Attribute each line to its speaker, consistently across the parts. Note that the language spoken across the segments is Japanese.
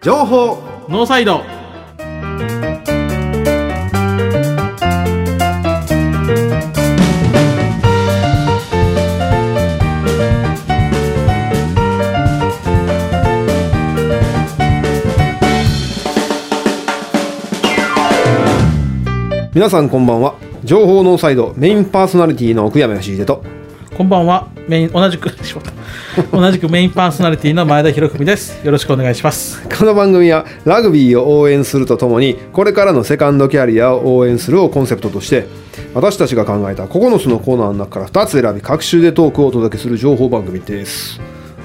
Speaker 1: 情報
Speaker 2: ノーサイド
Speaker 1: 皆さんこんばんは情報ノーサイドメインパーソナリティの奥山義秀と
Speaker 2: こんばんはメイン同じく しまった同じくメインパーソナリティの前田博文ですよろしくお願いします
Speaker 1: この番組はラグビーを応援するとともにこれからのセカンドキャリアを応援するをコンセプトとして私たちが考えた9つのコーナーの中から2つ選び各週でトークをお届けする情報番組です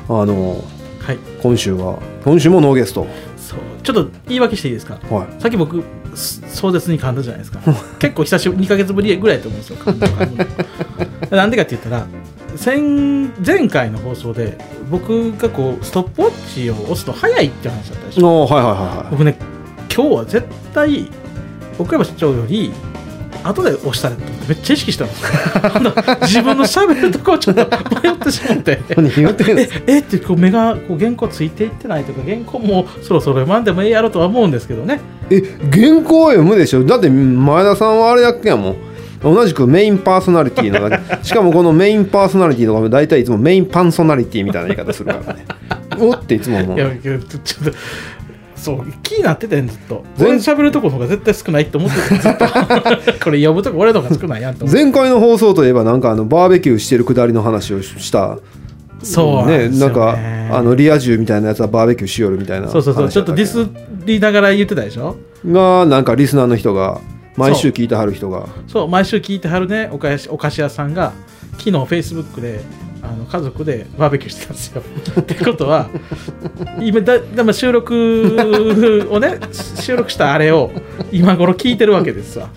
Speaker 1: あの
Speaker 2: はい
Speaker 1: 今週は今週もノーゲスト
Speaker 2: そうちょっと言い訳していいですか
Speaker 1: はい
Speaker 2: さっき僕す壮絶に噛んだじゃないです か結構久しぶり2か月ぶりぐらいだと思うんですよ 噛んだ噛んだなんでかって言ったら先前回の放送で僕がこうストップウォッチを押すと早いっていう話だったでしょ
Speaker 1: おーはいはいはいは い
Speaker 2: 僕ね今日は絶対奥山社長より後で押したらめっちゃ意識したんですよ ほんなら自分のしゃべるとこをちょっと迷ってし まって
Speaker 1: 何言ってんの
Speaker 2: ええってこう目がこう原稿ついていってないとか原稿もそろそろ読まんでもええやろとは思うんですけどね
Speaker 1: え原稿は読むでしょだって前田さんはあれだっけやもん同じくメインパーソナリティのだ けしかもこのメインパーソナリティとかも大体いつもメインパンソナリティみたいな言い方する からねおっていつも思
Speaker 2: い
Speaker 1: う
Speaker 2: やいやちょっとそう気になっててんずっと
Speaker 1: 全
Speaker 2: 全然喋るとこの方が絶対少ないと思っててず っとこれ呼ぶとこ俺の方が少ないやんと思って
Speaker 1: 前回の放送といえばなんかあのバーベキューしてるくだりの話をした
Speaker 2: そうなんですよね
Speaker 1: なんかあのリア充みたいなやつはバーベキューしよるみたいな
Speaker 2: そうそうそう
Speaker 1: 話
Speaker 2: ちょ
Speaker 1: だ
Speaker 2: ったと
Speaker 1: け
Speaker 2: ディ
Speaker 1: ど
Speaker 2: スりながら言ってたでしょ
Speaker 1: がなんかリスナーの人が毎週聞いてはる人が
Speaker 2: そう毎週聞いてはるねお菓子お菓子屋さんが昨日フェイスブックであの家族でバーベキューしてたんですよ。 ってことは今だでも収録 をね収録したあれを今頃聞いてるわけですわ。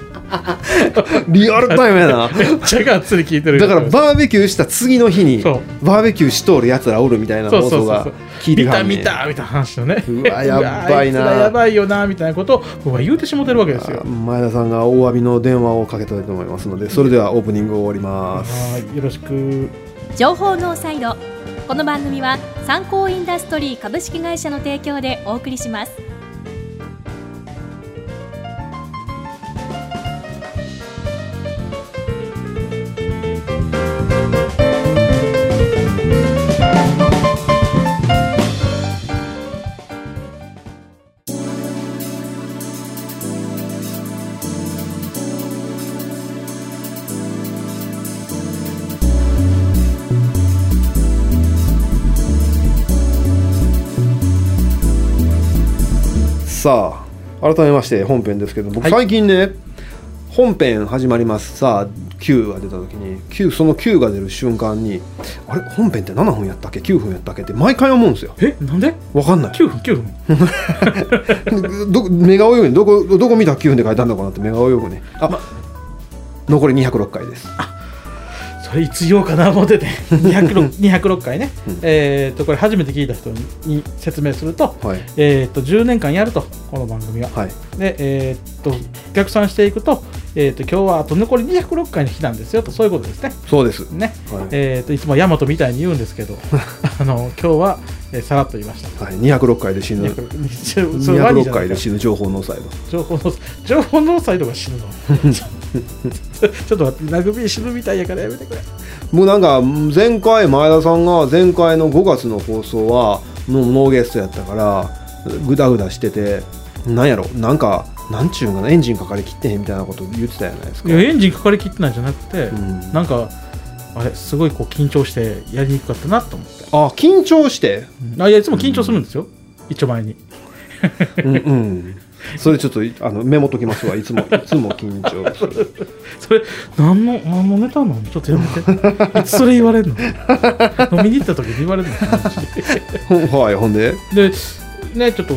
Speaker 1: リアルタイムやな
Speaker 2: めっちゃがっつり聞いてる
Speaker 1: だからバーベキューした次の日に
Speaker 2: そう
Speaker 1: バーベキューしとるやつらおるみたいな
Speaker 2: そ
Speaker 1: 放
Speaker 2: うそ
Speaker 1: 送
Speaker 2: うそう
Speaker 1: が
Speaker 2: そう
Speaker 1: 聞いて
Speaker 2: 見
Speaker 1: は
Speaker 2: た
Speaker 1: んねん
Speaker 2: 見たみたいな話のね
Speaker 1: うわやっばいな
Speaker 2: うわあつらやばいよなみたいなことを僕は言うてしもてるわけですよ
Speaker 1: あ。前田さんが大詫びの電話をかけたいと思いますのでそれではオープニングを終わります
Speaker 2: はいよろしく
Speaker 3: 情報ノーサイドこの番組は参考インダストリー株式会社の提供でお送りします
Speaker 1: さあ改めまして本編ですけど僕
Speaker 2: はい
Speaker 1: 最近ね、本編始まりますさあ9が出た時に9その9が出る瞬間にあれ本編って7分やったっけ9分やったっけって毎回思うんですよ
Speaker 2: えなんで
Speaker 1: わかんない
Speaker 2: 9分9分
Speaker 1: ど目が泳ぐねどこどこ見たら9分で書いたんだかなって目が泳ぐねあ、残り206回です
Speaker 2: それいつ言おうかな思ってて 206, 206回ね、
Speaker 1: うん
Speaker 2: えー、とこれ初めて聞いた人にに説明すると,、
Speaker 1: はい
Speaker 2: えー、と10年間やるとこの番組は、
Speaker 1: はい
Speaker 2: で、えー、と逆算していくと,、えー、と今日はあと残り206回の日なんですよとそういうことですね
Speaker 1: そうです
Speaker 2: ね、
Speaker 1: はい
Speaker 2: えー、といつもヤマトみたいに言うんですけどあの今日は、えーさらっと言いました
Speaker 1: はい、206回で死ぬ
Speaker 2: 206
Speaker 1: 206回で
Speaker 2: し
Speaker 1: 死ぬ情報のサイド
Speaker 2: 情報の情報のサイドが死ぬのちょちょっと待ってラグビー死ぬみたいやからやめてくれ
Speaker 1: もうなんか前回前田さんが前回の5月の放送はもうノーゲストやったからグダグダしててなんやろなんかなんちゅうんかなエンジンかかりきってへんみたいなこと言ってたじゃないですか
Speaker 2: いやエンジンかかりきってないんじゃなくて、
Speaker 1: うん
Speaker 2: なんかあれすごいこう緊張してやりにくかったなと思って、
Speaker 1: あ緊張して
Speaker 2: あいやいつも緊張するんですよ、一応前に
Speaker 1: うんうんそれちょっとあのメモっときますわい つもいつも緊張する
Speaker 2: それ何の何のネタなのちょっとやめ ていつそれ言われるの飲みに行った時に言われるの
Speaker 1: ほんはいほんで
Speaker 2: でねちょっと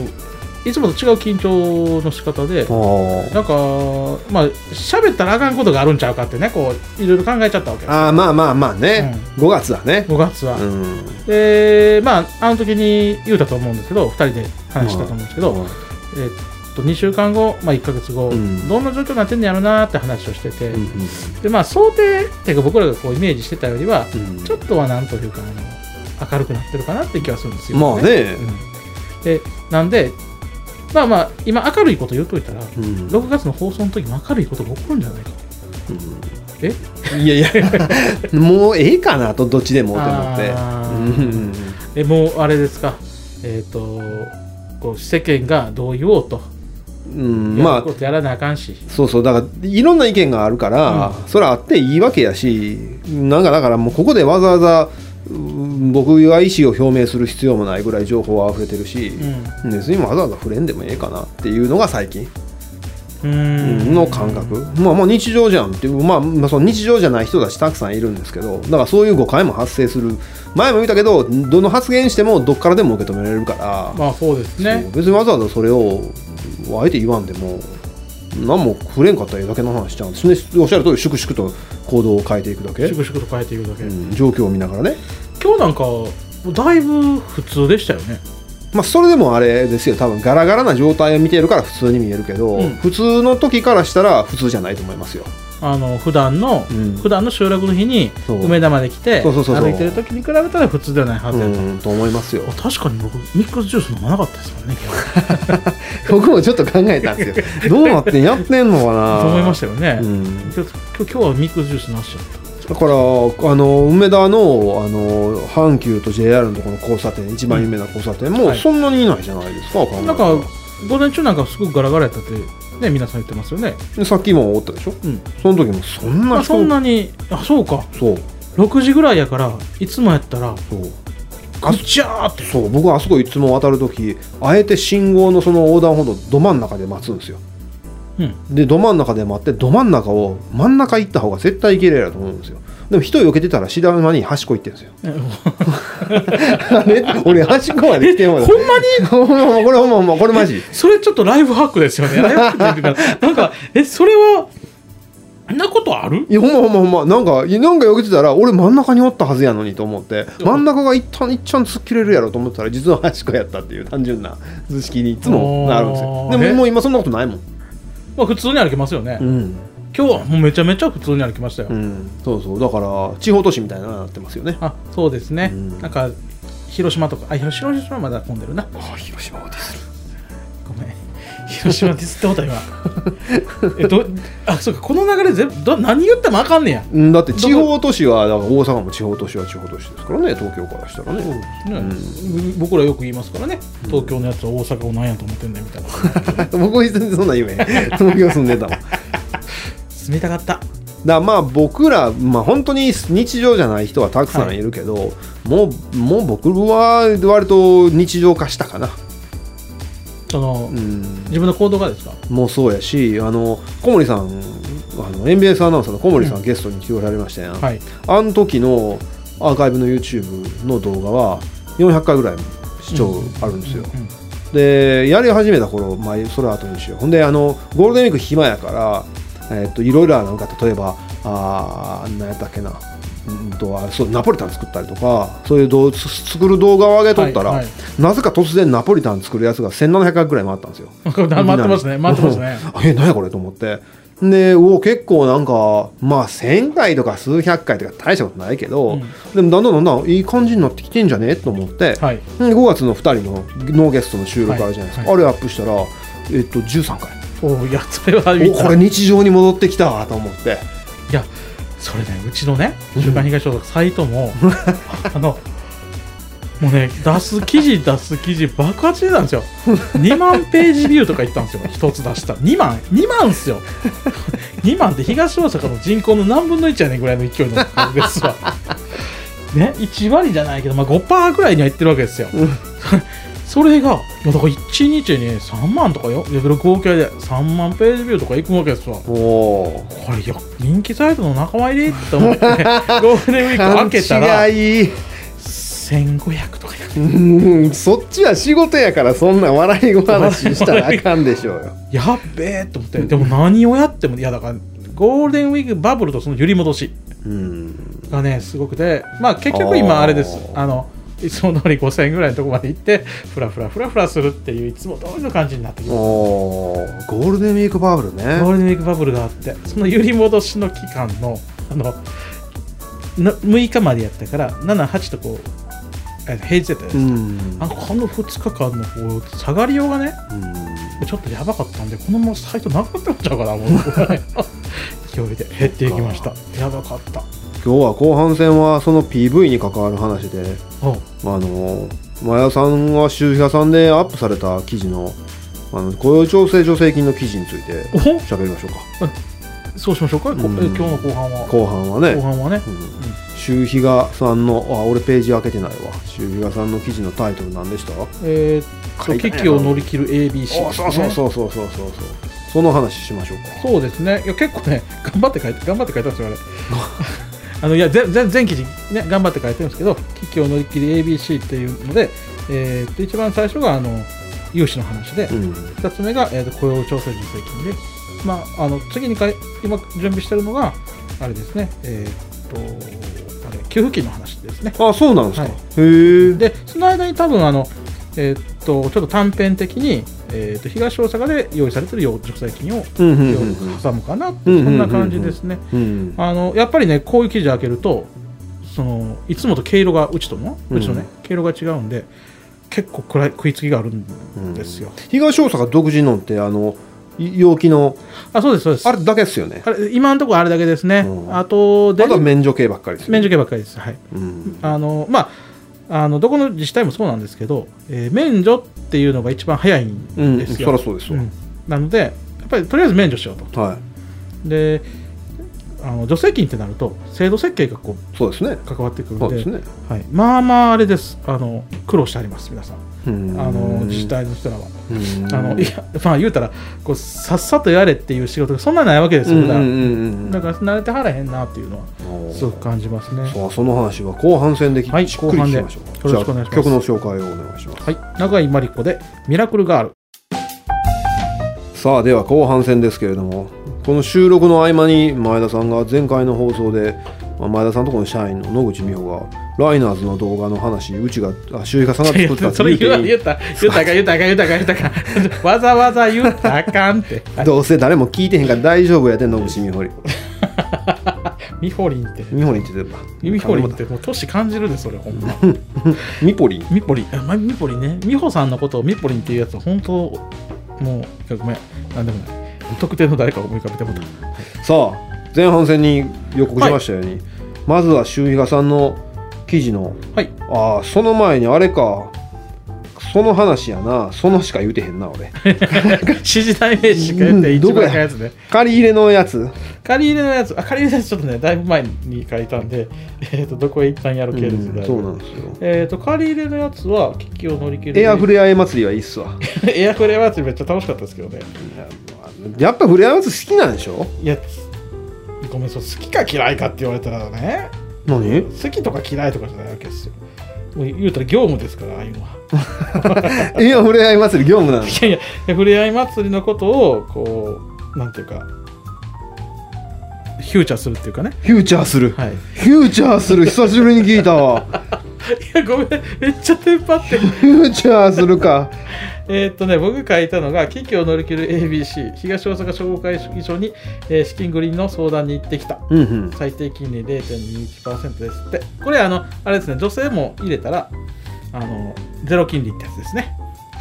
Speaker 2: いつもと違う緊張の仕方で
Speaker 1: あー
Speaker 2: なんかまあ喋ったらあかんことがあるんちゃうかってねこういろいろ考えちゃったわけです
Speaker 1: あーまあまあまあね、5月だね
Speaker 2: 5月は、
Speaker 1: うん
Speaker 2: でまああの時に言うたと思うんですけど2人で話したと思うんですけど、
Speaker 1: うん
Speaker 2: えっと2週間後、まあ、1か月後、
Speaker 1: うん
Speaker 2: どんな状況になってんのやろなって話をしてて、
Speaker 1: うん
Speaker 2: でまあ、想定っていうか僕らがこうイメージしてたよりは、
Speaker 1: うん
Speaker 2: ちょっとはなんというかあの明るくなってるかなって気がするんですよ、
Speaker 1: まあね
Speaker 2: うんでなんでまあまあ今明るいこと言うといたら、
Speaker 1: うん
Speaker 2: 6月の放送の時も明るいことが起こるんじゃないかえ
Speaker 1: いやいや もうええかなとどっちでもと思って
Speaker 2: あ
Speaker 1: うんうん
Speaker 2: えもうあれですかえっ、とこう世間がどう言おうと
Speaker 1: うん、
Speaker 2: やる
Speaker 1: ま
Speaker 2: こ
Speaker 1: あ
Speaker 2: とやらなあかんし、
Speaker 1: そうそうだからいろんな意見があるから、それはあっていいわけやしなんかだからもうここでわざわざうん僕が意思を表明する必要もないぐらい情報は溢れてるし、別にわざわざ触れんでもええかなっていうのが最近
Speaker 2: うんうん
Speaker 1: の感覚、まあまあ日常じゃんっていう、まあ、まあその日常じゃない人たちたくさんいるんですけどだからそういう誤解も発生する前も見たけどどの発言してもどっからでも受け止められるから、
Speaker 2: まあそうです
Speaker 1: そ
Speaker 2: ね
Speaker 1: う別にわざわざそれをあえて言わんでも何も触れんかったらええだけの話じゃうんですねおっしゃる通り粛々と行動を変えていくだけ、
Speaker 2: 粛々と変えていくだけ、
Speaker 1: うん状況を見ながらね
Speaker 2: 今日なんかだいぶ普通でしたよね
Speaker 1: まあ、それでもあれですよ多分ガラガラな状態を見てるから普通に見えるけど、
Speaker 2: うん
Speaker 1: 普通の時からしたら普通じゃないと思いますよ、
Speaker 2: あの普段の、
Speaker 1: うん
Speaker 2: 普段の収録の日に
Speaker 1: そう
Speaker 2: 梅田まで来て
Speaker 1: そうそうそうそう
Speaker 2: 歩いてる時に比べたら普通ではないはずやと、
Speaker 1: うんと思いますよ
Speaker 2: あ確かに僕ミックスジュース飲まなかったですもんね今日
Speaker 1: 僕もちょっと考えたんですよどうなってんやってんのかな
Speaker 2: と思いましたよね、
Speaker 1: うん
Speaker 2: 今日今日今日はミックスジュースなしちゃった
Speaker 1: だからあの梅田のあの阪急と JR のとこの交差点一番有名な交差点も、
Speaker 2: はい
Speaker 1: そんなにいないじゃないですか、考えた
Speaker 2: なん
Speaker 1: ら
Speaker 2: か午前中なんかすごくガラガラやったってね皆さん言ってますよね
Speaker 1: でさっきもおったでしょ
Speaker 2: うん
Speaker 1: その時もそんな
Speaker 2: まあ
Speaker 1: 人
Speaker 2: そんなにあそうか
Speaker 1: そう
Speaker 2: 6時ぐらいやからいつもやったら
Speaker 1: そう
Speaker 2: ガチャーって
Speaker 1: そう僕はあそこいつも渡るときあえて信号のその横断歩道ど真ん中で待つんですよ
Speaker 2: うん
Speaker 1: でど真ん中で待ってど真ん中を真ん中行った方が絶対行けれるやと思うんですよでも人避けてたら知らぬ間に端っこ行ってるんですよあれ俺端っこまで来ても
Speaker 2: ほん
Speaker 1: ら
Speaker 2: ま
Speaker 1: っ
Speaker 2: に
Speaker 1: たほんまほんまこれほんまほんまこれマジ
Speaker 2: それちょっとライフハックですよ ねライフハックっていうかなんかえそれはそんなことある
Speaker 1: いやほんまほんまほんまなんかいなんか避けてたら俺真ん中におったはずやのにと思って真ん中が一旦一旦突っ切れるやろと思ってたら実は端っこやったっていう単純な図式にいつもなるんですよ
Speaker 2: お
Speaker 1: で
Speaker 2: ー
Speaker 1: ももう今そんなことないもん
Speaker 2: まあ普通に歩けますよね、
Speaker 1: うん
Speaker 2: 今日はもうめちゃめちゃ普通に歩きましたよ、
Speaker 1: うん、そうそうだから地方都市みたいなのになってますよね
Speaker 2: あそうですね、
Speaker 1: うん
Speaker 2: なんか広島とかあ広島はまだ混んでるな
Speaker 1: あ広島をです
Speaker 2: ごめん広島ディスってこ と今えどあそうかこの流れ全部ど何言ってもあかんねや、
Speaker 1: うんだって地方都市はだから大阪も地方都市は地方都市ですからね東京からしたら ね
Speaker 2: ね僕らよく言いますからね東京のやつは大阪をなんやと思ってんねんみたいな
Speaker 1: 僕は全然そんな夢東京住んでたもんだか
Speaker 2: 住みたかった
Speaker 1: らまあ僕ら、まあ、本当に日常じゃない人はたくさんいるけど、もうもう僕は割と日常化したかな、
Speaker 2: その、
Speaker 1: うん、
Speaker 2: 自分の行動がですか
Speaker 1: もそうやしあの小森さんあの NBS アナウンサーの小森さん、
Speaker 2: うん
Speaker 1: ゲストに来ておられましたやん、
Speaker 2: はい
Speaker 1: あの時のアーカイブの YouTube の動画は400回ぐらい視聴あるんですよ、
Speaker 2: うん
Speaker 1: でやり始めた頃、まあ、それは後にしようほんであのゴールデンウィーク暇やから、えっといろいろなんか例えばあー何やったっけなうんとあそうナポリタン作ったりとかそういうどうつ作る動画を上げとったら、
Speaker 2: はいはい
Speaker 1: なぜか突然ナポリタン作るやつが1700回ぐらい回ったんですよ
Speaker 2: 回ってますね回ってますね
Speaker 1: うんえ何やこれと思ってでうお結構なんかまあ1,000回とか数百回とか大したことないけど、
Speaker 2: うん
Speaker 1: でもだんだんだんだんいい感じになってきてんじゃねと思って、
Speaker 2: はい
Speaker 1: で5月の2人のノーゲストの収録あるじゃないですか、
Speaker 2: は
Speaker 1: あ
Speaker 2: い
Speaker 1: れアップしたら、えっと、13回
Speaker 2: おういやそれは見
Speaker 1: お
Speaker 2: た
Speaker 1: これ日常に戻ってきたわと思って
Speaker 2: いやそれねうちのね「週刊東所属」サイトもあのもうね出す記事出す記事爆発してたんですよ2万ページビューとか言ったんですよ一つ出したら2万2万っすよ2万って東大阪の人口の何分の1やねんぐらいの勢いの感じですわね1割じゃないけど、まあ、5%ぐらいには言ってるわけですよ それがいやだから1日に3万とかよレベル合計で3万ページビューとかいくわけですわ
Speaker 1: おお
Speaker 2: これいや人気サイトの仲間入りっ て思ってゴールデンウィーク
Speaker 1: 勘
Speaker 2: 開けたら
Speaker 1: 違い
Speaker 2: 1500とかや
Speaker 1: うんそっちは仕事やからそんな笑い話したらあかんでしょうよ
Speaker 2: やっべえと思ってでも何をやってもいやだからゴールデンウィークバブルとその揺り戻し
Speaker 1: うん
Speaker 2: がねすごくてまあ結局今あれです
Speaker 1: あー
Speaker 2: あのいつも通り5000円ぐらいのとこまで行ってフラフラフラフラするっていういつも通りの感じになってきて
Speaker 1: お
Speaker 2: ゴ
Speaker 1: おゴールデンウィークバブルね
Speaker 2: ールデンウィークバブルがあってその揺り戻しの期間のあのな6日までやったから78とこうえ平日やったじゃないですか、
Speaker 1: うん
Speaker 2: なんかこの2日間のこう下がりようがねちょっとやばかったんでこのままサイトなくなっちゃう かなもう勢いで減っていきましたやばかった
Speaker 1: 今日は後半戦はその PV に関わる話で
Speaker 2: お
Speaker 1: あの前田さんは周平さんでアップされた記事のあの雇用調整助成金の記事について
Speaker 2: お
Speaker 1: 喋りましょうか
Speaker 2: そうしましょうか、
Speaker 1: う
Speaker 2: こ
Speaker 1: ん
Speaker 2: え今日の後半は
Speaker 1: 後半はね
Speaker 2: 後半はね
Speaker 1: うん周比嘉さんのあ俺ページ開けてないわ周比嘉さんの記事のタイトル何でした
Speaker 2: えー
Speaker 1: 書
Speaker 2: っと
Speaker 1: いたんやな
Speaker 2: 危機を乗り切る ABC ですね、
Speaker 1: あそうそうそうそうそうそうそうその話しましょうか
Speaker 2: そうですねいや結構ね頑張って書いて頑張って書いたんですよあれ あのいや全全全記事、ね、頑張って書いてるんですけど危機を乗り切る ABC っていうので、えーっと一番最初があの融資の話で、
Speaker 1: うん
Speaker 2: 2つ目が、えーと雇用調整助成金で、まあ、あの次にか今準備してるのが、あれですね、えーっとあれ給付金の話ですね。
Speaker 1: あそうなんですか、
Speaker 2: はい
Speaker 1: へえ
Speaker 2: で、その間に多分あの、えーっとちょっと短編的に、えーっと東大阪で用意されてる要助成金を
Speaker 1: うんうんうんうん
Speaker 2: 挟むかなっ
Speaker 1: う
Speaker 2: て、
Speaker 1: んうんうん
Speaker 2: そ
Speaker 1: うん
Speaker 2: んな感じですね。
Speaker 1: うん
Speaker 2: あのやっぱりね、こういう記事開けると、そのいつもと毛色がうちとの、うちのね、毛色が違うんで、結構食らい食いつきがあるんですよ。
Speaker 1: 東大阪独自のってあのい陽気の
Speaker 2: あ、そうです、そうです。
Speaker 1: あれだけですよね
Speaker 2: あれ今のところあれだけですね、
Speaker 1: うん
Speaker 2: あと
Speaker 1: あ
Speaker 2: で
Speaker 1: とは免除系ばっかりですよ
Speaker 2: 免除系ばっかりです、はい
Speaker 1: うん
Speaker 2: あのまあ、あのどこの自治体もそうなんですけど、えー免除っていうのが一番早い
Speaker 1: うんん、
Speaker 2: です
Speaker 1: そ
Speaker 2: よ、
Speaker 1: りゃそうですわ、
Speaker 2: うんなので、やっぱりとりあえず免除しようと、
Speaker 1: は
Speaker 2: であの助成金ってなると、制度設計がこ
Speaker 1: いそうですね
Speaker 2: う関わってくる
Speaker 1: そ
Speaker 2: ん
Speaker 1: う
Speaker 2: で、
Speaker 1: ですね、
Speaker 2: はい、まあまああれですあの、苦労してあります、皆さん、
Speaker 1: うん
Speaker 2: あの自治体の人らは。
Speaker 1: うん
Speaker 2: あのいやまあ、言うたらこう、さっさとやれっていう仕事がそんなないわけですよ、普段
Speaker 1: うんうんうんうん
Speaker 2: だから慣れてはらへんなっていうのは。
Speaker 1: おー
Speaker 2: すごく感じますね。
Speaker 1: さあその話は後半戦でき、
Speaker 2: はい
Speaker 1: じっくり聞きましょう
Speaker 2: 後半でよろしくお願いし
Speaker 1: じ
Speaker 2: ます
Speaker 1: ゃあ曲の紹介をお願いします、
Speaker 2: はい、長井真理子でミラクルガール。
Speaker 1: さあでは後半戦ですけれどもこの収録の合間に前田さんが前回の放送でまあ前田さんとこの社員の野口美穂がライナーズの動画の話うちがあ周囲がさんが作ったって
Speaker 2: それ
Speaker 1: 言うて
Speaker 2: 言わ
Speaker 1: いい
Speaker 2: 言った言ったか言ったか言ったか言った かわざわざ言ったらあかんって。はい
Speaker 1: どうせ誰も聞いてへんから大丈夫やで野口美穂
Speaker 2: ミホリンって。
Speaker 1: 美穂にって言ってた
Speaker 2: ミホリンってもう年感じるでそれほんま。
Speaker 1: ミポリン
Speaker 2: ミポリンあまミポリンね。ミホさんのことをミポリンっていうやつ本当もういやごめんなんでもない。特定の誰かを思い浮かべてもらった。
Speaker 1: さあ前半戦に予告しましたように、まずは周囲がさんの記事の
Speaker 2: はい。
Speaker 1: ああその前にあれかその話やなそのしか言うてへんな俺
Speaker 2: 指示代名詞が言って一番のやつね。
Speaker 1: 借り入れのやつ
Speaker 2: 借り入れのやつ、あ借り入れのやつちょっとね、だいぶ前に書いたんで、えっ、と、どこへ一旦やる系です、
Speaker 1: うん
Speaker 2: だいぶ
Speaker 1: そうなんですよ
Speaker 2: えっ、と、借り入れのやつは、危機を乗り切る。
Speaker 1: エアフレアエ祭りはいいっすわ
Speaker 2: レ。エアフレはめっちゃ楽しかったですけどね。
Speaker 1: やっぱフレア祭り好きなんでしょ
Speaker 2: いや、ごめん、そう好きか嫌いかって言われたらね、
Speaker 1: 何
Speaker 2: 好きとか嫌いとかじゃないわけですよ。もう言うたら業務ですから、ああいうのは。
Speaker 1: エアフレアエ祭り業務なの
Speaker 2: いやいや、ふれあい祭りのことを、こう、なんていうか、フューチャーするっていうかね。
Speaker 1: フューチャーする
Speaker 2: はい。
Speaker 1: フューチャーする久しぶりに聞いたわ
Speaker 2: いや、ごめん、めっちゃテンパって。
Speaker 1: フューチャーするか
Speaker 2: えーっとね、僕が書いたのが、危機を乗り切る ABC、東大阪商工会議所に、えー資金繰りの相談に行ってきた。
Speaker 1: うんうん
Speaker 2: 最低金利0.21%ですって。これ、あの、あれですね、女性も入れたら、あの、ゼロ金利ってやつですね。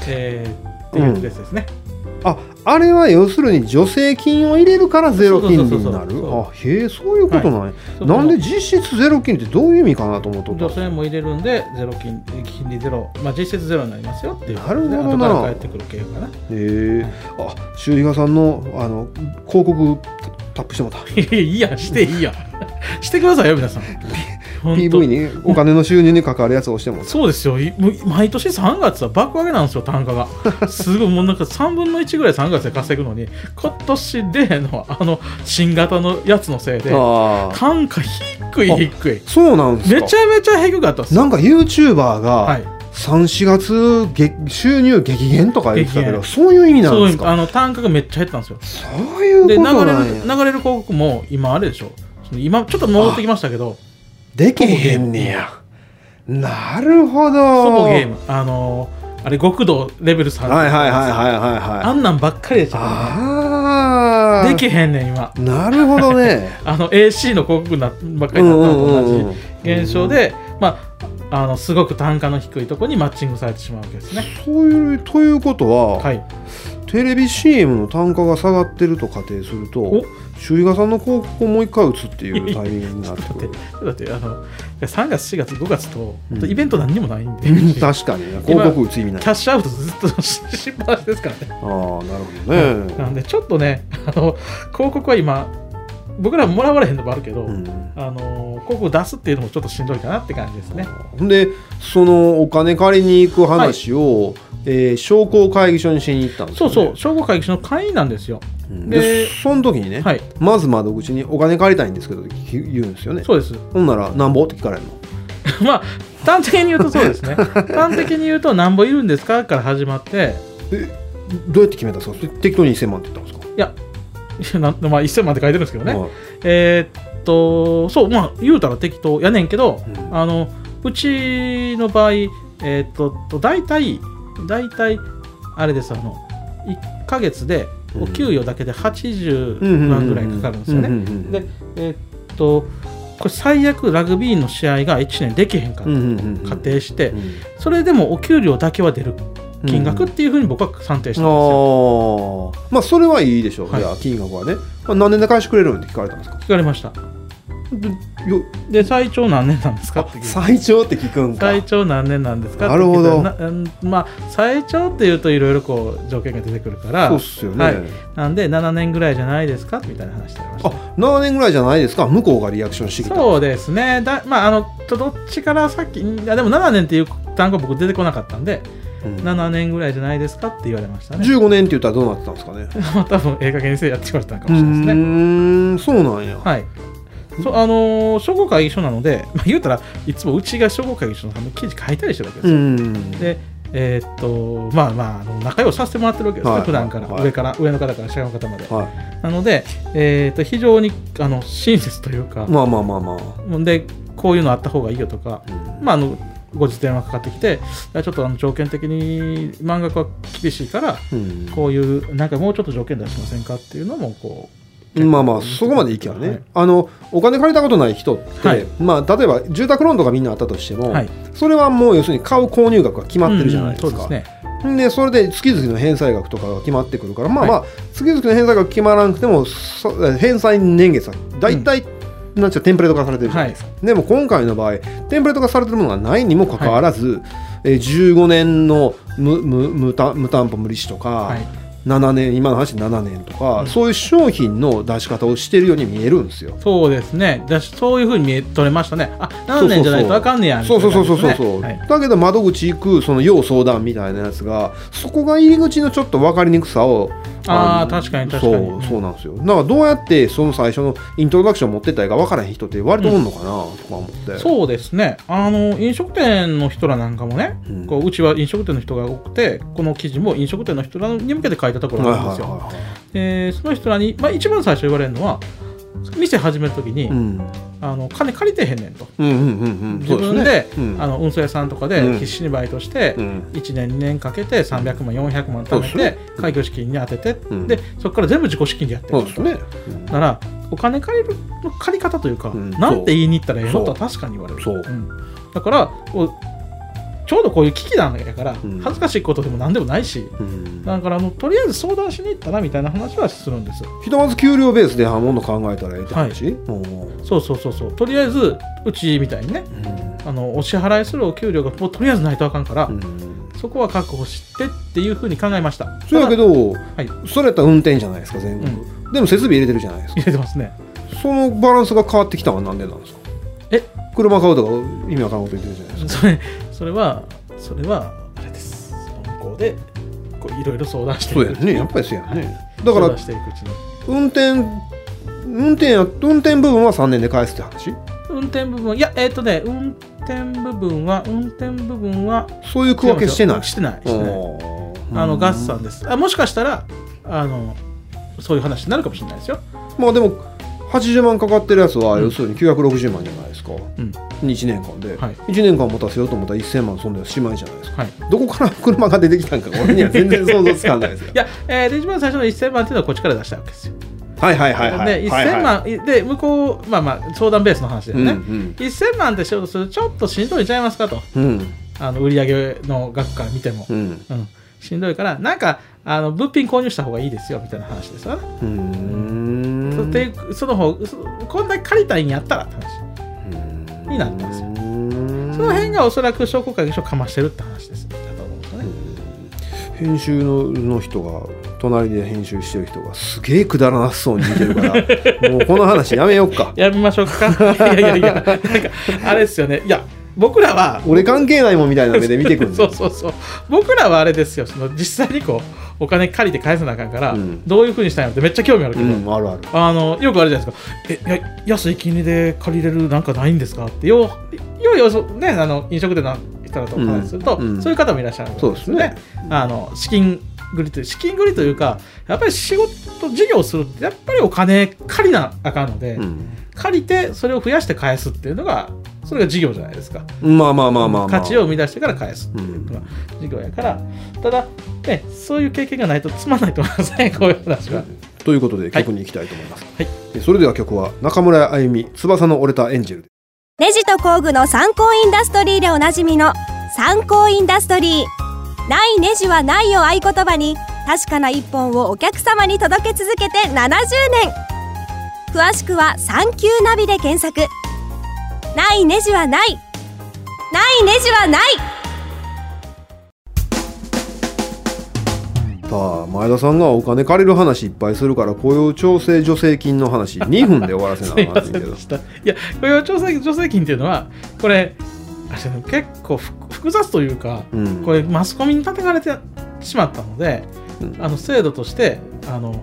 Speaker 2: えー、っていうやつですね。
Speaker 1: ああれは要するに助成金を入れるからゼロ金利にな
Speaker 2: そうそうそう
Speaker 1: る
Speaker 2: そう
Speaker 1: あへえそういうことなんや、
Speaker 2: そう
Speaker 1: なんで実質ゼロ金利ってどういう意味かなと思っとった
Speaker 2: 女性も入れるんで、ゼロ金金利ゼロ、まあ、実質ゼロになりますよっていう。
Speaker 1: なるほどな
Speaker 2: 後から帰ってくる系かな。
Speaker 1: ええあ修理賀さんのあの広告タップしてもらった
Speaker 2: いやいいやん、していいやん。 してください よ、皆さん。ほんと
Speaker 1: PV にお金の収入に関わるやつをしても らった
Speaker 2: そうですよ、いもう毎年3月は爆上げなんですよ、単価が。 すごい、もうなんか3分の1ぐらい3月で稼ぐのに、今年でのあの新型のやつのせいで、
Speaker 1: あー
Speaker 2: 単価低い
Speaker 1: あ
Speaker 2: 低い。
Speaker 1: そうなんです
Speaker 2: め
Speaker 1: か
Speaker 2: ちゃめちゃ低かったっす。
Speaker 1: なんか YouTuber
Speaker 2: はい
Speaker 1: が、34月激収入激減とか言ってたけどそういう意味な
Speaker 2: そ
Speaker 1: ん
Speaker 2: う
Speaker 1: で
Speaker 2: い
Speaker 1: す
Speaker 2: うあ
Speaker 1: か
Speaker 2: の単価がめっちゃ減ったんですよ。
Speaker 1: そういう
Speaker 2: で、
Speaker 1: こ
Speaker 2: 流れ
Speaker 1: とな
Speaker 2: る
Speaker 1: ん
Speaker 2: 流
Speaker 1: や
Speaker 2: れる広告も今あれでしょ。その今ちょっと戻ってきましたけど、
Speaker 1: できへんねやなるほど
Speaker 2: ソボゲーム、あのーあれ、極道レベル3、
Speaker 1: はいはいはいはいはい
Speaker 2: あ
Speaker 1: はい
Speaker 2: んなんばっかりでした
Speaker 1: あ
Speaker 2: から
Speaker 1: あ
Speaker 2: ね。できへんねん、今。
Speaker 1: なるほどね
Speaker 2: あの AC の広告なばっかりだったのと同じ現象で、まあ、あのすごく単価の低いところにマッチングされてしまうわけですね。
Speaker 1: そういうということは、
Speaker 2: はい、
Speaker 1: テレビ CM の単価が下がってると仮定すると
Speaker 2: お
Speaker 1: 周囲がさんの広告をもう一回打つっていうタイミングになってくる
Speaker 2: だってあの3月4月5月と、
Speaker 1: うん
Speaker 2: あとイベント何にもないんで、
Speaker 1: うん
Speaker 2: キャ
Speaker 1: 確かにね広告打つ意味ないあ
Speaker 2: ッシュアウトずっとしっぱなしですからね。
Speaker 1: あーなるほどね、
Speaker 2: なんでちょっとねあの広告は今僕らもらわれへんのもあるけど、
Speaker 1: うん
Speaker 2: あの広告出すっていうのもちょっとしんどいかなって感じですね。
Speaker 1: ほんでそのお金借りに行く話を、えー商工会議所にしに行ったんです
Speaker 2: そ
Speaker 1: よ、ね、
Speaker 2: うそう、商工会議所の会員なんですよ。
Speaker 1: うんで
Speaker 2: で
Speaker 1: その時にね、
Speaker 2: はい、
Speaker 1: まず窓口に「お金借りたいんですけど」って聞言うんですよね
Speaker 2: そうです。
Speaker 1: ほんなら「なんぼ?」って聞かれるの
Speaker 2: まあ端的に言うとそうで すね端的に言うと何ぼいるんですかから始まって
Speaker 1: どうやって決めたんですかそれ適当に1000万って言ったんですか、
Speaker 2: いやいやなんまあ、1000万って書いてるんですけどね、
Speaker 1: はい
Speaker 2: えーっとそうまあ言うたら適当やねんけど、
Speaker 1: うん
Speaker 2: あのうちの場合えーっとと大体大体あれですあの1ヶ月でお給与だけで80万ぐらいかかるんですよね、
Speaker 1: うんうんうんうん
Speaker 2: でえーっとこれ最悪ラグビーの試合が1年できへんかった
Speaker 1: うんうんうんうん
Speaker 2: 仮定して、
Speaker 1: うん
Speaker 2: それでもお給料だけは出る金額っていうふうに僕は算定してたんですよ。
Speaker 1: ああまあそれはいいでしょう、
Speaker 2: はい
Speaker 1: じゃあ金額はね、まあ、何年で返してくれるんって聞かれたんですか
Speaker 2: 聞かれました。
Speaker 1: でよ
Speaker 2: で最長何年なんですか
Speaker 1: あ
Speaker 2: って聞いて
Speaker 1: 最長って聞くんか
Speaker 2: 最長何年なんですかって
Speaker 1: なるほど
Speaker 2: 聞いたらなうんまあ最長っていうといろいろこう条件が出てくるから
Speaker 1: そうっすよね、
Speaker 2: はいなんで7年ぐらいじゃないですかみたいな話になりました。
Speaker 1: あ7年ぐらいじゃないですか向こうがリアクションしてきた
Speaker 2: そうですね。だまああのとどっちからさっきいやでも7年っていう単語僕出てこなかったんで、
Speaker 1: うん
Speaker 2: 7年ぐらいじゃないですかって言われましたね。
Speaker 1: 15年って言ったらどうなってたんですかね
Speaker 2: ま あ多分ええ加減にせえやって言われたのか
Speaker 1: う
Speaker 2: もしれないですね。
Speaker 1: ーんそうなんや、
Speaker 2: はい。そうあのー商工会議所なので、まあ、言うたらいつもうちが商工会議所のために記事書いたりしてるわけです
Speaker 1: う
Speaker 2: よ。
Speaker 1: ん
Speaker 2: で、えーっと、まあまあ、あの仲良くさせてもらってるわけですね、
Speaker 1: はい
Speaker 2: 普段から、
Speaker 1: はい
Speaker 2: 上から、上の方から下の方まで。
Speaker 1: は
Speaker 2: なので、えーっと、非常にあの親切というか
Speaker 1: い、、まあまあまあまあ、
Speaker 2: で、こういうのあった方がいいよとか、
Speaker 1: うん
Speaker 2: まあ、あの、後日電話かかってきて、いやちょっとあの条件的に満額は厳しいから、
Speaker 1: うん
Speaker 2: こういう、なんかもうちょっと条件出しませんかっていうのも、こ
Speaker 1: まあまあそこまでいけばね、
Speaker 2: はい
Speaker 1: あのお金借りたことない人って、
Speaker 2: はい
Speaker 1: まあ、例えば住宅ローンとかみんなあったとしても、
Speaker 2: う、はい。
Speaker 1: それはもう要するに買う購入額が決まってるじゃないですか、
Speaker 2: うんうんそうですね。
Speaker 1: でそれで月々の返済額とかが決まってくるからまあ
Speaker 2: はい
Speaker 1: まあ、月々の返済額決まらなくてもそ返済年月は大体、なんちゃうテンプレート化されてるじゃないですか、でも今回の場合テンプレート化されてるものがないにもかかわらず、えー15年の無無無担無担保無利子とか、
Speaker 2: はい。
Speaker 1: 7年今の話7年とか、
Speaker 2: うん
Speaker 1: そういう商品の出し方をしてるように見えるんですよ。
Speaker 2: そうですね。だし、そういうふうに見え取れましたね。あ、何年じゃないとあかんねや。
Speaker 1: そうそうそうそうそう
Speaker 2: みたいな
Speaker 1: そう、
Speaker 2: 感じですね
Speaker 1: だけど窓口行くその要相談みたいなやつがそこが入り口のちょっと分かりにくさを
Speaker 2: あー
Speaker 1: の
Speaker 2: 確かに確か
Speaker 1: そ
Speaker 2: にうん
Speaker 1: うそうなんですよだからどうやってその最初のイントロダクション持ってったらいいか分からへん人って割とおんのかなとか思って、
Speaker 2: はいそうですね。あの、飲食店の人らなんかもね、
Speaker 1: うん
Speaker 2: こううちは飲食店の人が多くて、この記事も飲食店の人らに向けて書いたところ
Speaker 1: はい
Speaker 2: なん
Speaker 1: は
Speaker 2: で
Speaker 1: い
Speaker 2: すよ。
Speaker 1: はいはい
Speaker 2: でその人らに、まあ、一番最初言われるのは、店始めるときに、
Speaker 1: うん
Speaker 2: あの、金借りてへんねんと。
Speaker 1: うんうんうんうん
Speaker 2: 自
Speaker 1: そう
Speaker 2: 分
Speaker 1: すね
Speaker 2: で、
Speaker 1: うん
Speaker 2: あの運送屋さんとか
Speaker 1: うん
Speaker 2: で必死にバイトして、
Speaker 1: うん
Speaker 2: 1年2年かけて300万400万貯め
Speaker 1: そうです
Speaker 2: て開業資金に当てて、
Speaker 1: ん
Speaker 2: でそこから全部自己資金でやって
Speaker 1: そ
Speaker 2: る
Speaker 1: うですね、うん
Speaker 2: ならお金借りる借り方というか、
Speaker 1: うん
Speaker 2: なんて言いに行ったらええ
Speaker 1: そ
Speaker 2: の
Speaker 1: う
Speaker 2: とは確かに言われる
Speaker 1: そうん
Speaker 2: だからこうちょうどこういう危機なんだから、
Speaker 1: ん
Speaker 2: 恥ずかしいことでも何でもないし
Speaker 1: うん
Speaker 2: だからもうとりあえず相談しに行ったらみたいな話はするんです
Speaker 1: ひとまず給料ベースでもの考えたらええって話、うん
Speaker 2: そうそうそうそうとりあえずうちみたいにねあのお支払いするお給料がもうとりあえずないとあかんから、
Speaker 1: うん
Speaker 2: そこは確保してっていうふうに考えました
Speaker 1: そうやけど、
Speaker 2: い
Speaker 1: それやったら運転じゃないですか全国、でも設備入れてるじゃないですか
Speaker 2: 入れてますね
Speaker 1: そのバランスが変わってきたのはなんでなんですか
Speaker 2: え
Speaker 1: 車買うとか意味わからんこと言ってるじゃないですか
Speaker 2: それそれはそれはあれです向こうでこういろいろ相談してい
Speaker 1: そう
Speaker 2: く
Speaker 1: や
Speaker 2: うち
Speaker 1: んね
Speaker 2: に
Speaker 1: やっぱりそうやんねだか
Speaker 2: 相
Speaker 1: ら
Speaker 2: 談していくうちに
Speaker 1: 運転運転や運転部分は3年で返すって話
Speaker 2: 運転部分いやえっ、とね運転部分は運転部分は
Speaker 1: そういう区分けしてない
Speaker 2: してないしてない
Speaker 1: あ
Speaker 2: あのガッサンですあもしかしたらあのそういう話になるかもしれないですよ、
Speaker 1: まあでも80万かかってるやつは
Speaker 2: うん
Speaker 1: 要するに960万じゃないですか、
Speaker 2: うん
Speaker 1: 1年間で、
Speaker 2: はい
Speaker 1: 1年間持たせようと思ったら1000万そんでおしまいじゃないですか
Speaker 2: はい、い
Speaker 1: どこから車が出てきたんか俺には全然想像つかないですよ
Speaker 2: や、えーで一番最初の1000万っていうのはこっちから出したわけですよ
Speaker 1: はいはいはいはい。
Speaker 2: ね、
Speaker 1: はいはい
Speaker 2: 1000万、で向こうまあまあ相談ベースの話だよね、
Speaker 1: うん
Speaker 2: 1000万で仕事するとちょっとしんどいんちゃいますかと
Speaker 1: うんうん
Speaker 2: あの売り上げの額から見ても、
Speaker 1: うん
Speaker 2: うんしんどいからなんかあの物品購入した方がいいですよみたいな話ですよね、
Speaker 1: うーん
Speaker 2: そでその方そこんだけ借りたいんやったらって話になってますよ
Speaker 1: うーん
Speaker 2: その辺がおそらく商工会議所をかましてるって話ですだと思うんですよね、
Speaker 1: 編集のの人が隣で編集してる人がすげえくだらなそうに見てるからもうこの話やめよっか
Speaker 2: やめましょうかいやいや いやなんかあれですよねいや僕らは
Speaker 1: 俺関係ないもんみたいな目で見てくる
Speaker 2: そうそうそう僕らはあれですよその実際にこうお金借りて返さなあかんから、
Speaker 1: うん
Speaker 2: どういうふうにしたいのってめっちゃ興味あるけど、
Speaker 1: うんあるある
Speaker 2: あのよくあるじゃないですかえいや安い金利で借りれるなんかないんですかってようようようねあの飲食店の人だとお話しすると、
Speaker 1: うんうん
Speaker 2: そういう方もいらっしゃるん
Speaker 1: そうですね
Speaker 2: あの資金繰りという資金繰りというかやっぱり仕事事業をするってやっぱりお金借りなあかんので、
Speaker 1: うん
Speaker 2: 借りてそれを増やして返すっていうのがそれが事業じゃないですか、
Speaker 1: まあまあまあまあまあ
Speaker 2: 価値を生み出してから返す
Speaker 1: う
Speaker 2: っていうんのが事業やからただ、ね、そういう経験がないとつまんないと思いますねこういう話は。
Speaker 1: ということで曲に行きたいと思います、
Speaker 2: はい
Speaker 1: えそれでは曲は中村あゆみ翼の折れたエンジェル
Speaker 4: ネジと工具の参考インダストリーでおなじみの参考インダストリーないネジはないを合言葉に確かな一本をお客様に届け続けて70年詳しくは「サンキューナビ」で検索ないネジはないないネジはない
Speaker 1: さあ前田さんがお金借りる話いっぱいするから雇用調整助成金の話2分で終わらせな
Speaker 2: す
Speaker 1: あ
Speaker 2: い
Speaker 1: か
Speaker 2: ま
Speaker 1: ん
Speaker 2: せ
Speaker 1: ね
Speaker 2: ん
Speaker 1: ん けど
Speaker 2: でした。いや、雇用調整助成金っていうのは、これ、あれ結構ふ複雑というか、
Speaker 1: うん
Speaker 2: これ、マスコミに叩かれてしまったので、
Speaker 1: うん
Speaker 2: あの制度としてあの、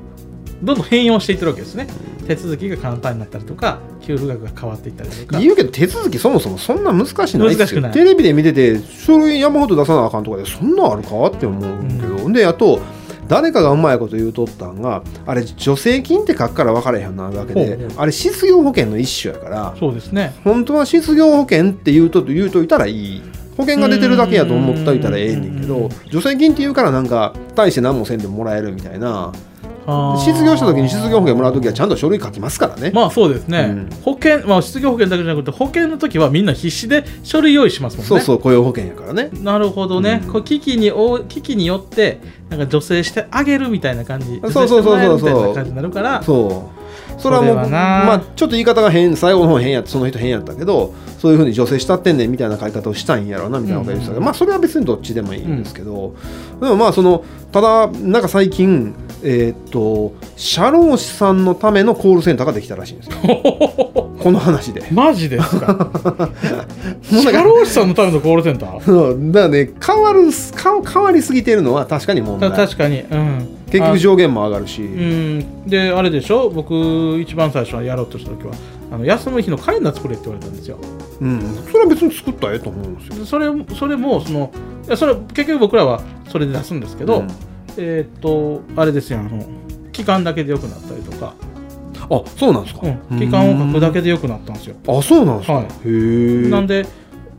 Speaker 2: どんどん変容していってるわけですね。手続きが簡単になったりとか、給付額が変わっていったりとか。
Speaker 1: 言うけど手続きそもそもそんな難しいないです
Speaker 2: 難しく
Speaker 1: よ
Speaker 2: ない
Speaker 1: テレビで見てて書類山ほど出さなあかんとかでそんなんあるかって思うけど、であと誰かがうまいこと言うとったんがあれ助成金って書くから分からへんなわけで
Speaker 2: ほうほ
Speaker 1: あれ失業保険の一種やから
Speaker 2: そうですね。
Speaker 1: 本当は失業保険って言うと言うといたらいい保険が出てるだけやと思っといたらええねんけ
Speaker 2: う
Speaker 1: ど
Speaker 2: ん
Speaker 1: 助成金って言うからなんか大して何もせんでももらえるみたいな
Speaker 2: あー
Speaker 1: 失業した時に失業保険もらう時はちゃんと書類書きますからね、
Speaker 2: まあそうですね、
Speaker 1: うん
Speaker 2: 保険、まあ、失業保険だけじゃなくて保険の時はみんな必死で書類用意しますもんね。
Speaker 1: そうそう雇用保険やからね
Speaker 2: なるほどね、
Speaker 1: うん
Speaker 2: こう危機にお危機によってなんか助成してあげるみたいな感じ
Speaker 1: そうそうそうそう
Speaker 2: 助成してもらえるみたいな感じになるから
Speaker 1: そうそれはもう
Speaker 2: それはな
Speaker 1: まあ、ちょっと言い方が変最後の方変やってその人変やったけどそういうふうに女性したってんねんみたいな買い方をしたいんやろうなみたいなこと言ってたけど、
Speaker 2: うん
Speaker 1: まあそれは別にどっちでもいいんですけど、でもまあそのただなんか最近えーっと社労士さんのためのコールセンターができたらしいん ですよこの話で。
Speaker 2: マジです か
Speaker 1: もうなん
Speaker 2: 社
Speaker 1: か
Speaker 2: 労士さんのためのコールセンター
Speaker 1: そうだからね変わる変変わりすぎてるのは確かに問題
Speaker 2: た確かに、うん、
Speaker 1: 結局上限も上がるし、
Speaker 2: あうんであれでしょ僕一番最初やろうとした時はあの休む日のカレンダー作れって言われたんですよ
Speaker 1: うん、それは別に作ったらええと思うんですよ。
Speaker 2: でそれそれもそのいやそれ結局僕らはそれで出すんですけど、
Speaker 1: うん
Speaker 2: えーっとあれですよあの期間だけで良くなったりとか、
Speaker 1: あそうなんですか、
Speaker 2: うん、期間を書くだけで良くなったんですよ
Speaker 1: あそうなんですか、
Speaker 2: はい
Speaker 1: へえ
Speaker 2: なんで、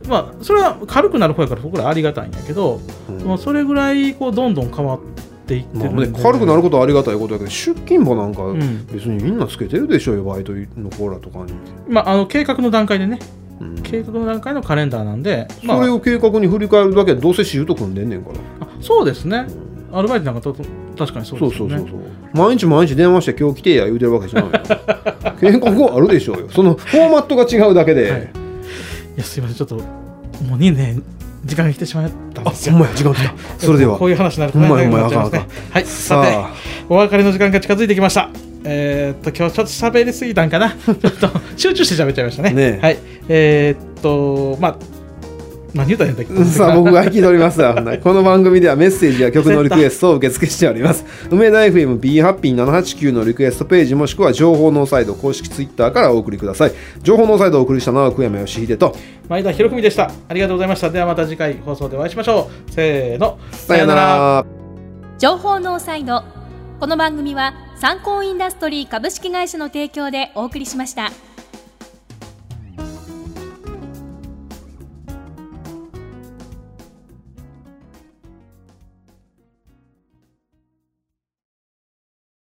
Speaker 2: まあ、それは軽くなる方やから僕らありがたいんやけど、
Speaker 1: うん
Speaker 2: まあ、それぐらいこうどんどん変わっていって
Speaker 1: まあ
Speaker 2: るん
Speaker 1: ね
Speaker 2: で、、
Speaker 1: 軽くなることはありがたいことだけど出勤簿なんか
Speaker 2: ん
Speaker 1: 別にみんなつけてるでしょよバイトのコーラとかに、
Speaker 2: まあ、あの計画の段階でね
Speaker 1: うん
Speaker 2: 計画の段階のカレンダーなんで、まあ、
Speaker 1: それを計画に振り返るだけでどうせシフト組んでんねんから、
Speaker 2: あそうですね
Speaker 1: うん
Speaker 2: アルバイトなんかと確かにそう
Speaker 1: そう
Speaker 2: です
Speaker 1: そう
Speaker 2: よね
Speaker 1: そうそう毎日毎日電話して今日来てや言うてるわけじゃ ないよ計画はあるでしょうよそのフォーマットが違うだけで、
Speaker 2: はいいやすいませんちょっともう2年時間が来てしまったん
Speaker 1: あ
Speaker 2: です
Speaker 1: ほ
Speaker 2: よ
Speaker 1: んまや時間来たそれでは
Speaker 2: こういう話になると
Speaker 1: ほんまやほんまや
Speaker 2: 長くなっちゃい
Speaker 1: あかん
Speaker 2: ますねはいさて
Speaker 1: さあ
Speaker 2: お別れの時間が近づいてきました。えーっと今日ちょっと喋りすぎた んかな。ちょっと集中して喋っちゃいましたね。
Speaker 1: ねえ
Speaker 2: はい。えーっとまあ何言ったらいいんだっけ。
Speaker 1: さあ僕が聞き取りますわこの番組ではメッセージや曲のリクエストを受け付けしております梅田 FMB ハッピー789のリクエストページもしくは情報ノーサイド公式ツイッターからお送りください情報ノーサイドをお送りしたのは久山義秀と
Speaker 2: 前田博文でした。ありがとうございました。ではまた次回放送でお会いしましょう。せーの。
Speaker 1: さよなら
Speaker 3: 情報ノーサイドこの番組は参考インダストリー株式会社の提供でお送りしました。